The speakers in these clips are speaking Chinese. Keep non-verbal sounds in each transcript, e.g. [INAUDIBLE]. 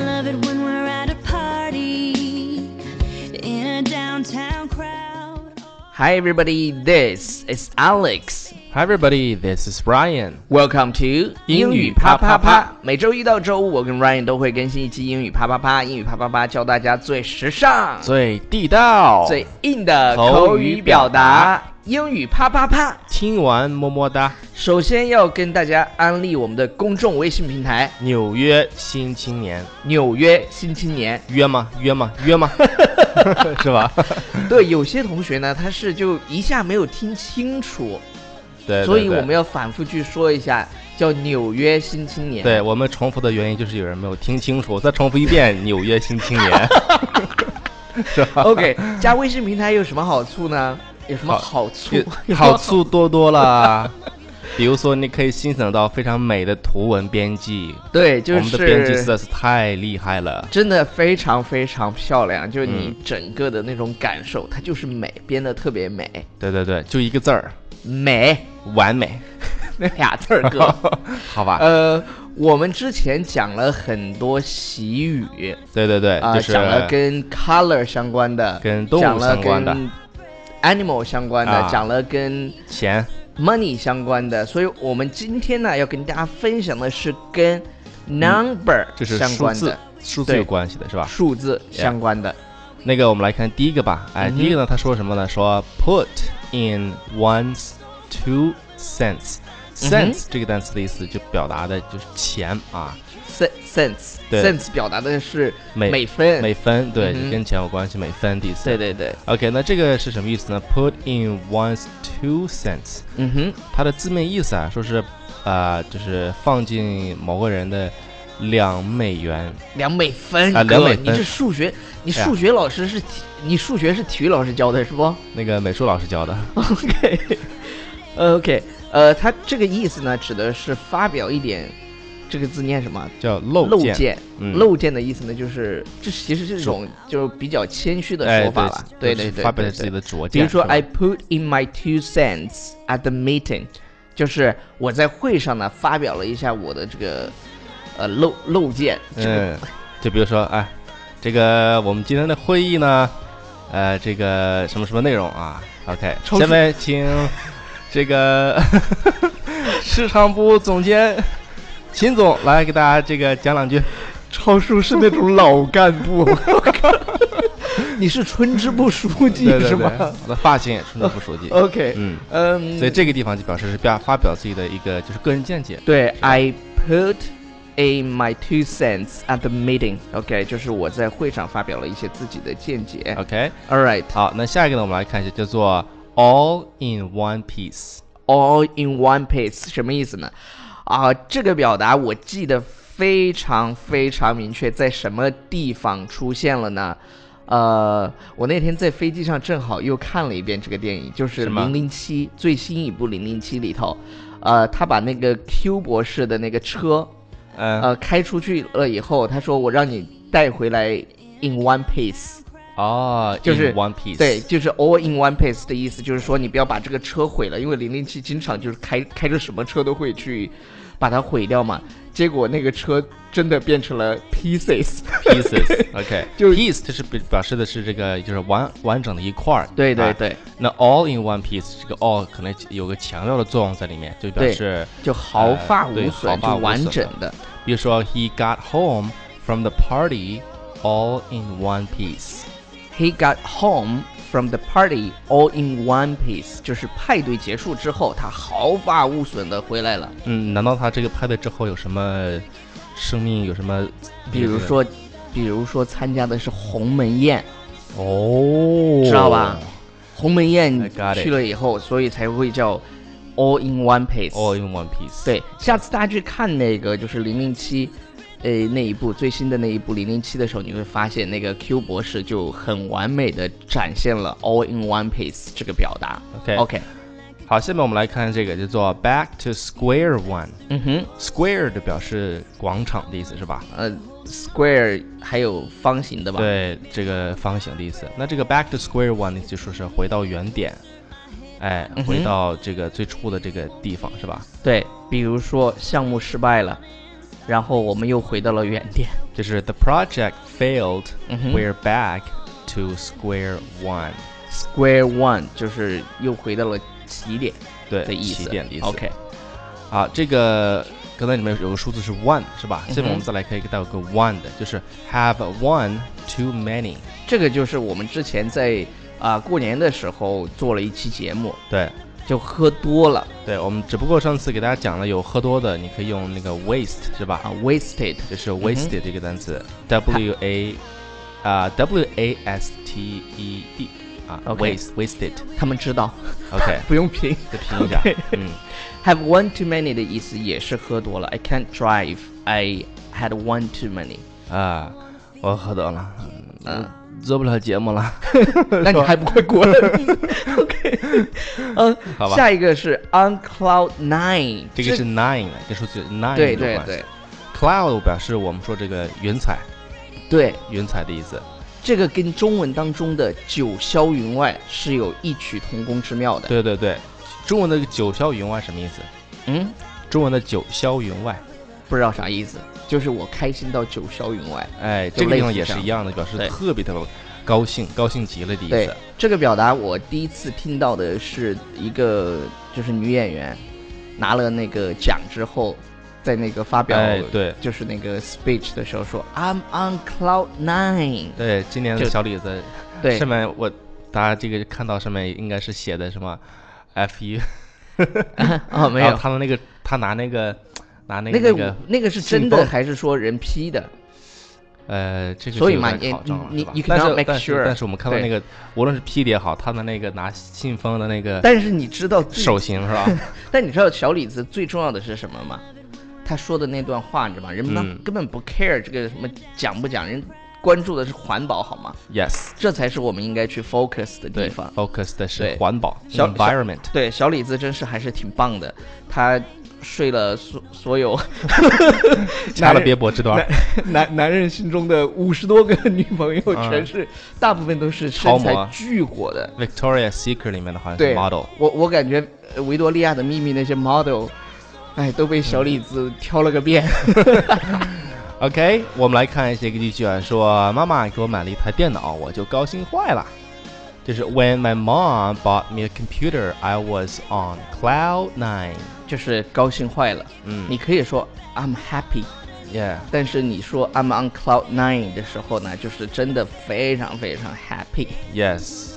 love it when we're at a party in a downtown crowd. Hi everybody, this is Alex. Hi everybody, this is Brian. Welcome to 英语啪啪啪。每周一到周五，我跟 Ryan 都会更新一期英语啪啪啪。英语啪啪啪教大家最时尚、最地道，最硬的口口语语表表达达。英语啪啪啪。听完么么哒。首先要跟大家安利我们的公众微信平台纽约新青年， 《纽约新青 [LAUGHS] 年约吗？约吗？约吗？ [LAUGHS] 是吧？》。对，有些同学呢，他是就一下没有听清楚，对，所以对对我们要反复去说一下，叫《纽约新青年》。对我们重复的原因就是有人没有听清楚，我再重复一遍纽约新青 [LAUGHS] 年，是 [LAUGHS] 吧 OK，加微信平台有什么好处呢？有什么好处？ [LAUGHS] 有好处多多啦。比如说，你可以欣赏到非常美的图文编辑，对，就我们的编辑实是在是太厉害了。真的非常非常漂亮，就是你嗯整个的那种感受，它就是美，编的特别美，对对对，就一个字儿， [LAUGHS] 美完美，那俩字儿哥。 [LAUGHS] 好吧？呃，我们之前讲了很多习语对对对，啊、就是讲了跟 color 相关的，跟动物讲了相关的跟 animal 相关的，啊讲了跟钱 money 相关的，所以我们今天呢要跟大家分享的是跟 number 嗯就是相数关字啊的、数字对有关系的是吧？数字相关的。那个我们来看第一个吧，哎，嗯哼第一个呢，他说什么呢？说 put in one's two cents。嗯哼 sense、这个单词的意思就表达的就是钱啊， sen- sense 对 sense 表达的是美美分，美分，嗯对，哼就跟钱有关系，美分的意思。对对对， OK，那这个是什么意思呢？Put in one's two cents，嗯哼，它的字面意思啊，说是，呃，就是放进某个人的两美元，两美分啊哥两美你分这数学，你哎呀数学老师是体，你数学是体育老师教的是不那个美术老师教的。 ？OK OK，呃，它这个意思呢，指的是发表一点，这个字念什么？叫漏漏见，见，嗯漏见的意思呢，就是这其实是一种就是比较谦虚的哎说法吧，对就是对对，发表对了自对己的拙比见。如说是吧，I put in my two cents at the meeting，就是我在会上呢发表了一下我的这个呃漏漏见，这个、嗯，就比如说，哎，这个我们今天的会议呢，呃，这个什么什么内容啊？OK，抽下出面 [LAUGHS] 请这个 [LAUGHS] 市场部总监秦总来给大家这个讲两句。超叔是那种老干 [LAUGHS] 部，你是村支部书记对对是对，吗呃我的发型也是那不熟悉。 ？OK，嗯，嗯，所以这个地方就表示是表发表自己的一个就是个人见解。对，I put in my two cents at the meeting。OK，就是我在会上发表了一些自己的见解。 OK， All right, 好，那下一个呢，我们来看一下，叫做 All in One Piece。 all in one piece 什么意思呢？啊，这个表达我记得非常非常明确，在什么地方出现了呢？呃，我那天在飞机上正好又看了一遍这个电影，就是是《吗零零七》最新一部《零零七》里头，呃，他把那个 Q 博士的那个车嗯，呃，开出去了以后，他说我让你带回来 in one piece，哦，就是 in One Piece。对，就是 all in one piece 的意思，就是说你不要把这个车毁了，因为零零七经常就是开开着什么车都会去把它毁掉嘛。结果那个车真的变成了 pieces， [LAUGHS] pieces，OK，就 piece 这是表表示的是这个就是完完整的一块儿，对对啊对，那 all in one piece 这个 all 可能有个强调的作用在里面，就表对示，就毫发呃无对损，毫发就无完损整的的。比如说 he got home from the party all in one piece， He got home from the party all in one piece，就是派对结束之后，他毫发无损的回来了。嗯，难道他这个派对之后有什么生命有什么？比如说，比如说参加的是鸿门宴，哦，知道吧鸿门宴 I got it 去了以后，所以才会叫 all in one piece。 ？all in one piece，，对，下次大家去看那个就是零零七，呃，那一部最新的那一部零零七的时候，你会发现那个 Q 博士就很完美的展现了 all in one piece 这个表达。 OK OK，好，下面我们来看这个叫做 back to square one。嗯哼， Square 的表示广场的意思是吧？呃，square 还有方形的吧？，对，这个方形的意思。那这个 back to square one 呢，就说是回到原点，哎嗯，哼回到这个最初的这个地方是吧？对，比如说项目失败了，然后我们又回到了原点。就是 The project failed. 嗯哼 We're back to square one. Square one 就是又回到了起点对，的意思。起点的意思。 OK，啊，这个刚才里面有个数字是 one 是吧？这边嗯哼我们再来可以带有个 one 的，就是 have one too many。这个就是我们之前在啊、过年的时候做了一期节目，对，就喝多了对，我们只不过上次给大家讲了有喝多的，你可以用那个 waste 是吧？啊，wasted。就是嗯哼 wasted 这个单词、w a 啊、w a s t e d 啊 OK waste wasted 他们知道 [LAUGHS] OK 不用拼。再拼一下 OK 嗯 Have one too many 的意思也是喝多了。I can't drive. I had one too [LAUGHS] many. 啊，我喝多了，嗯，做不了节目了，那你还不快 [LAUGHS] 滚 [LAUGHS] ？OK，嗯，好吧下一个是 on cloud nine，这个是 nine 跟数字 nine 对有对关系对 cloud 表示我们说这个云彩对，云彩的意思，这个跟中文当中的九霄云外是有异曲同工之妙的。对对对，中文的九霄云外什么意思？嗯，中文的九霄云外。不知道啥意思，就是我开心到九霄云外。哎，就这个类地方似也这是样一样的，表示对特别特别高兴，高兴极了的意对思。这个表达，我第一次听到的是一个就是女演员拿了那个奖之后，在那个发表、哎对就是那个 speech 的时候说 I'm on cloud nine，对，今年的就小李子，对 [LAUGHS] 上面我大家这个看到上面应该是写的什么 F 一，啊 [LAUGHS] 没然有后，他的那个他拿那个拿那个那那个那个是真信的封还是说人 P 的？呃，这个所以就有嘛待你考证了你是吧你 cannot 但是 make 但 sure，是但是我们看到对那个无论是 P 的也好，他的那个拿信封的那个但是你知道最手型是 [LAUGHS] 吧？但你知道小李子最重要的是什么吗？他说的那段话，你知道吗？人们呢嗯根本不 care 这个什么讲不讲，人关注的是环保，好吗？ Yes，这才是我们应该去 focus 的地对方。 ，focus 的是对环保小 environment，对，小李子真是还是挺棒的，他睡了所所有 [LAUGHS] 掐了别脖这段男 [LAUGHS] 男男人心中的五十多个女朋友，全是、大部分都是身嗯超模材啊巨火的。 Victoria Secret 里面的好像是对 model，我我感觉呃维多利亚的秘密那些 model，哎，都被小李子挑了个遍。 OK，我们来看一些个例句啊，说妈妈给我买了一台电脑，我就高兴坏了。就是 When my mom bought me a computer, I was on cloud nine。就是高兴坏了。嗯你可以说 I'm happy， ，Yeah，但是你说 I'm on cloud nine 的时候呢，就是真的非常非常 happy。 yes。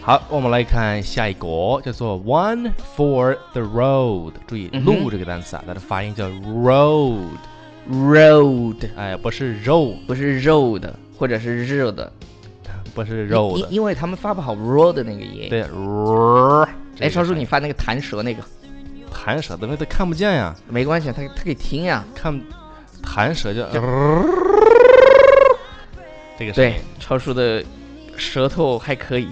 好，我们来看下一个，叫做 One for the road。注意嗯哼路这个单词啊，它的发音叫 road， Road 哎，不是 road，不是 road，或者是 road，不是因 road，因为他们发不好 road 的那个音。对，r。哎，超叔，你发那个弹舌那个弹舌的，那他看不见呀，没关系，他他可以听呀。看弹舌叫，这个声对音。，超叔的舌头还可以。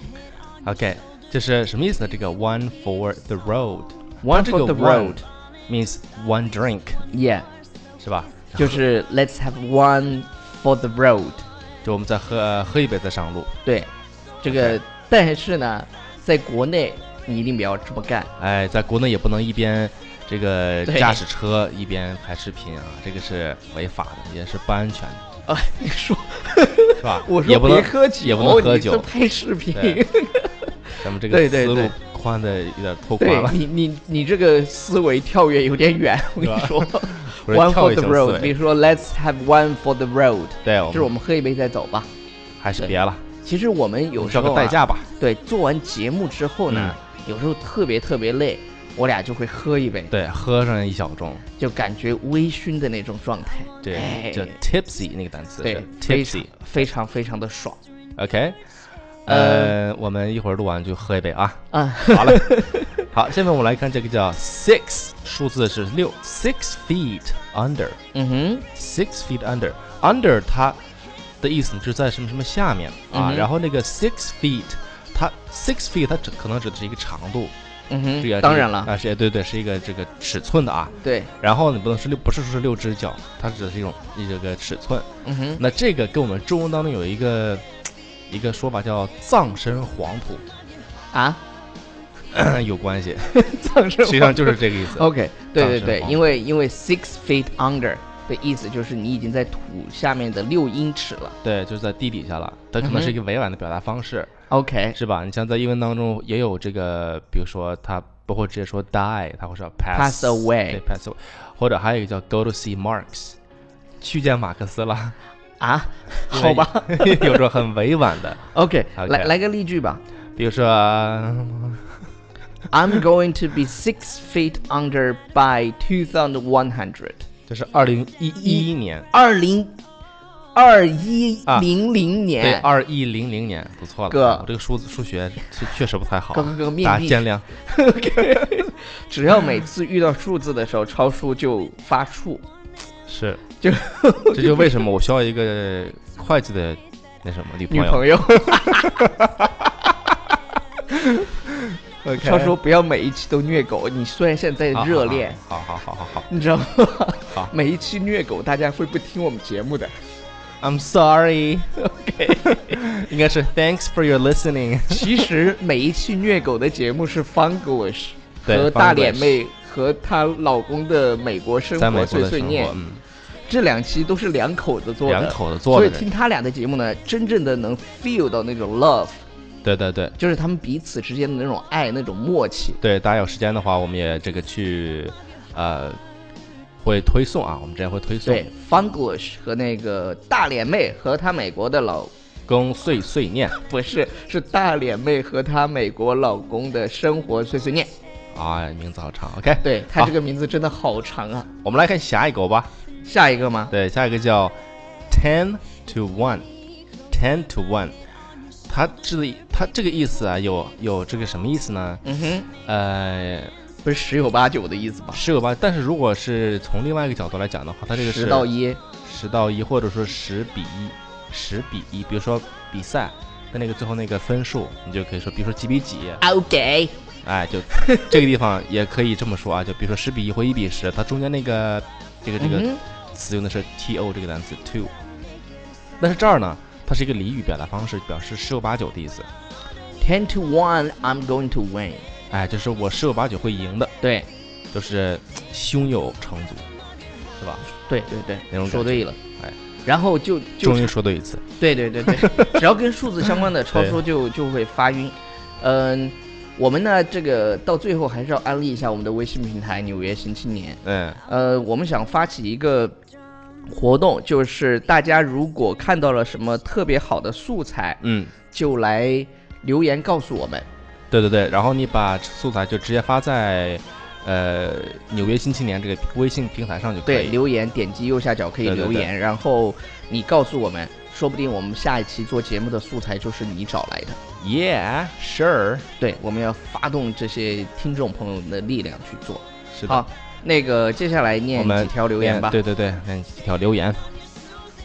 OK，就是什么意思呢？这个 one for the road， One 它这个 for the one road means one drink， Yeah，是吧？就是 Let's have one for the road。就我们再喝、呃喝一杯再上路。对，这个但是呢，在国内你一定不要这么干。哎，在国内也不能一边这个对驾驶车一边拍视频啊，这个是违法的，也是不安全的， [LAUGHS] 啊，你说，？是吧 [LAUGHS] 我也说不别能喝酒，也不能喝你 [LAUGHS] 酒这，拍视频，对咱们这个对对思路对宽的有点拓宽对 [LAUGHS] 了，你你你这个思维跳跃有点 [LAUGHS] 远，我跟你说不是，one 跳 for 跃 the 性思 road，维哦你说 let's have one for the road，对，我就是我们们喝一杯再走吧。还是对别了，其实我们有时交候、个啊、代嗯驾吧。对，做完节目之后呢，有时候特别特别累，我俩就会喝一杯，对，喝上一小盅，就感觉微醺的那种状态。哎对，叫 tipsy 那个单词，对，是非常非常 tipsy。非常的爽。 OK，呃，我们一会儿录完就喝一杯 [LAUGHS] 啊。啊，好了，好，下面我们来看这个叫 six，数字是六，six feet under，six 嗯哼， feet under，under 它的意思就是在什么什么下面嗯啊，哼然后那个 six feet，它 six feet 它只可能指的是一个长度，嗯这个哼，当然了，啊，是对对，是一个这个尺寸的啊。对，然后你不能是六，不是说是六只脚，它指的是一种一这个尺寸。嗯哼。那这个跟我们中文当中有一个一个说法叫藏身黄土 [CLEARS THROAT] 啊， [LAUGHS] 有 [LAUGHS] 关系，藏身实际上就是这个意思。哦 OK，对对对藏身，黄因为因为 six feet under 的意思就是你已经在土下面的六英尺了。对，就是在地底下了。它可嗯能是一个委婉的表达方式， OK，是吧？你像在英文当中也有这个，比如说他不会直接说 die，他会说 pass Pass away 对 pass away，或者还有一个叫 go to see Marx，去见马克思 [LAUGHS] 了。啊，好吧 [LAUGHS] 有时候很委婉的， ，OK， OK 来来个例句吧。比如说 I'm going to be six feet under by 2100。这是二零一一年，二零二一啊零零对，年，二一零零年，不错了。哥我这个数字数学是确实不太好，啊哥哥哥面大家壁见谅。 [LAUGHS] 只要每次遇到数字的时候超出就发怵，是，就这就为什么我需要一个会计的那什么女朋女友。 [LAUGHS] 朋友 OK [LAUGHS] 他说不要每一期都虐狗，你虽然现在热恋，啊好好好好好你知道吗？啊好每一期虐狗大家会不听我们节目的。 ，I'm sorry。OK，应该是 Thanks for your [LAUGHS] listening。其实每一期虐狗的节目是 Fungus 对和大 Fungus 脸妹和她老公的美国生在活美国碎的碎生念活，，嗯，这两期都是两口子做的，两口子做所的以听他俩的节目呢，真正的能 feel 到那种 love，对对对就是他们彼此之间的那种爱，那种默契。对，大家有时间的话，我们也这个去，呃，会推送啊，我们之前会推送对，Funglish 和那个大脸妹和她美国的老跟碎碎念不是 [LAUGHS] 是大脸妹和她美国老公的生活碎碎念。啊，名字好长。OK，对，她好这个名字真的好长啊。我们来看下一个吧。下一个吗？对，下一个叫 ten to one，ten to one，它这个它这个意思啊，有有这个什么意思呢？嗯哼，呃，不是十有八九的意思吧？十有八，但是如果是从另外一个角度来讲的话，它这个是十到一，十到一，或者说十比一，十比一，比如说比赛。的那个最后那个分数，你就可以说，比如说几比几， OK，哎，就这个地方也可以这么说啊，就比如说十比一或一比十，它中间那个这个这个嗯词用的是 to 这个单词 to，但是这儿呢，它是一个俚语表达方式，表示十有八九的意思。 ，ten to one，I'm going to win。哎，就是我十有八九会赢的，对，就是嘖胸有成竹，是吧？对对对，那种感说觉对了。哎，然后就就终于说对一次，对对对对， [LAUGHS] 只要跟数字相关的超出就就会发晕。嗯，我们呢这个到最后还是要安利一下我们的微信平台《纽约新青年》。嗯，呃，我们想发起一个活动，就是大家如果看到了什么特别好的素材，嗯，就来留言告诉我们。对对对，然后你把素材就直接发在呃纽约新青年这个微信平台上就可对，以。留言点击右下角可以对对留言，然后你告诉我们，说不定我们下一期做节目的素材就是你找来的。 Yeah, sure，对，我们要发动这些听众朋友们的力量去做。是的好。，那个接下来我念们几条留言吧。对对对，念几条留言。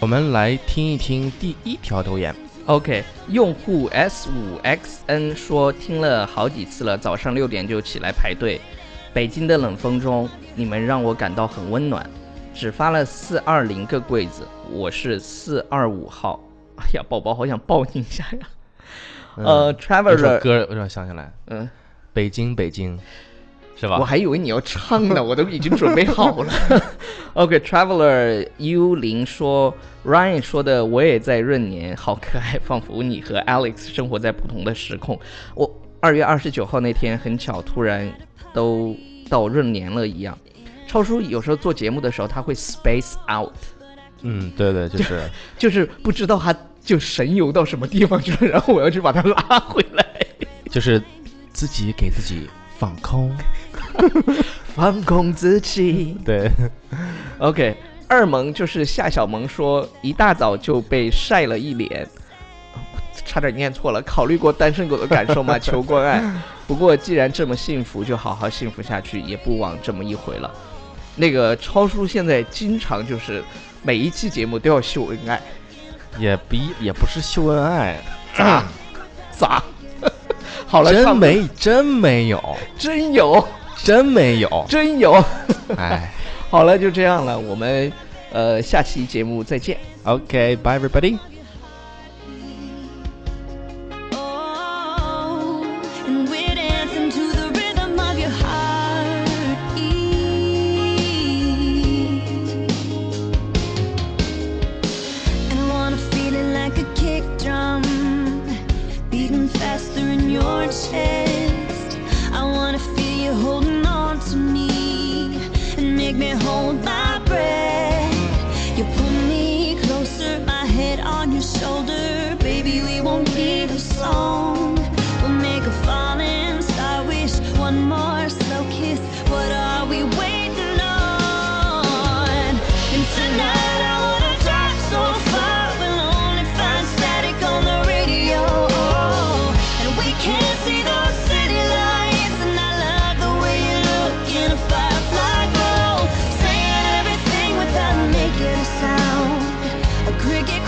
我们来听一听第一条留言。 ，OK，用户 S 五 XN 说听了好几次了，早上六点就起来排队。北京的冷风中，你们让我感到很温暖。只发了四二零个柜子，我是四二五号。哎呀，宝宝好想抱你一下呀。呃那嗯首，Traveler，歌我让想起来，嗯，北京北京，是吧？我还以为你要唱呢，我都已经准备好了。OK，Traveler、幽灵说，Ryan 说的我也在闰年，好可爱，仿佛你和 Alex 生活在不同的时空。我二月二十九号那天很巧，突然都到闰年了一样。超叔有时候做节目的时候，他会 space out，嗯，对对，就是就是不知道他就神游到什么地方去了，然后我要去把他拉回来。就是自己给自己放 [LAUGHS] 空。放空自己。对， OK，二萌就是夏小萌说，一大早就被晒了一脸，差点念错了。考虑过单身狗的感受吗？求关 [LAUGHS] 爱。不过既然这么幸福，就好好幸福下去，也不枉这么一回了。那个超叔现在经常就是每一期节目都要秀恩爱，也不也不是秀恩爱，咋咋？ [LAUGHS] 好了，真唱没真没有，真有，真没有真有。哎。好了，就这样了，我们呃下期节目再见。 OK，bye everybody。 Oh, and we're dancing to the rhythm of your heartbeat. cricket Oh.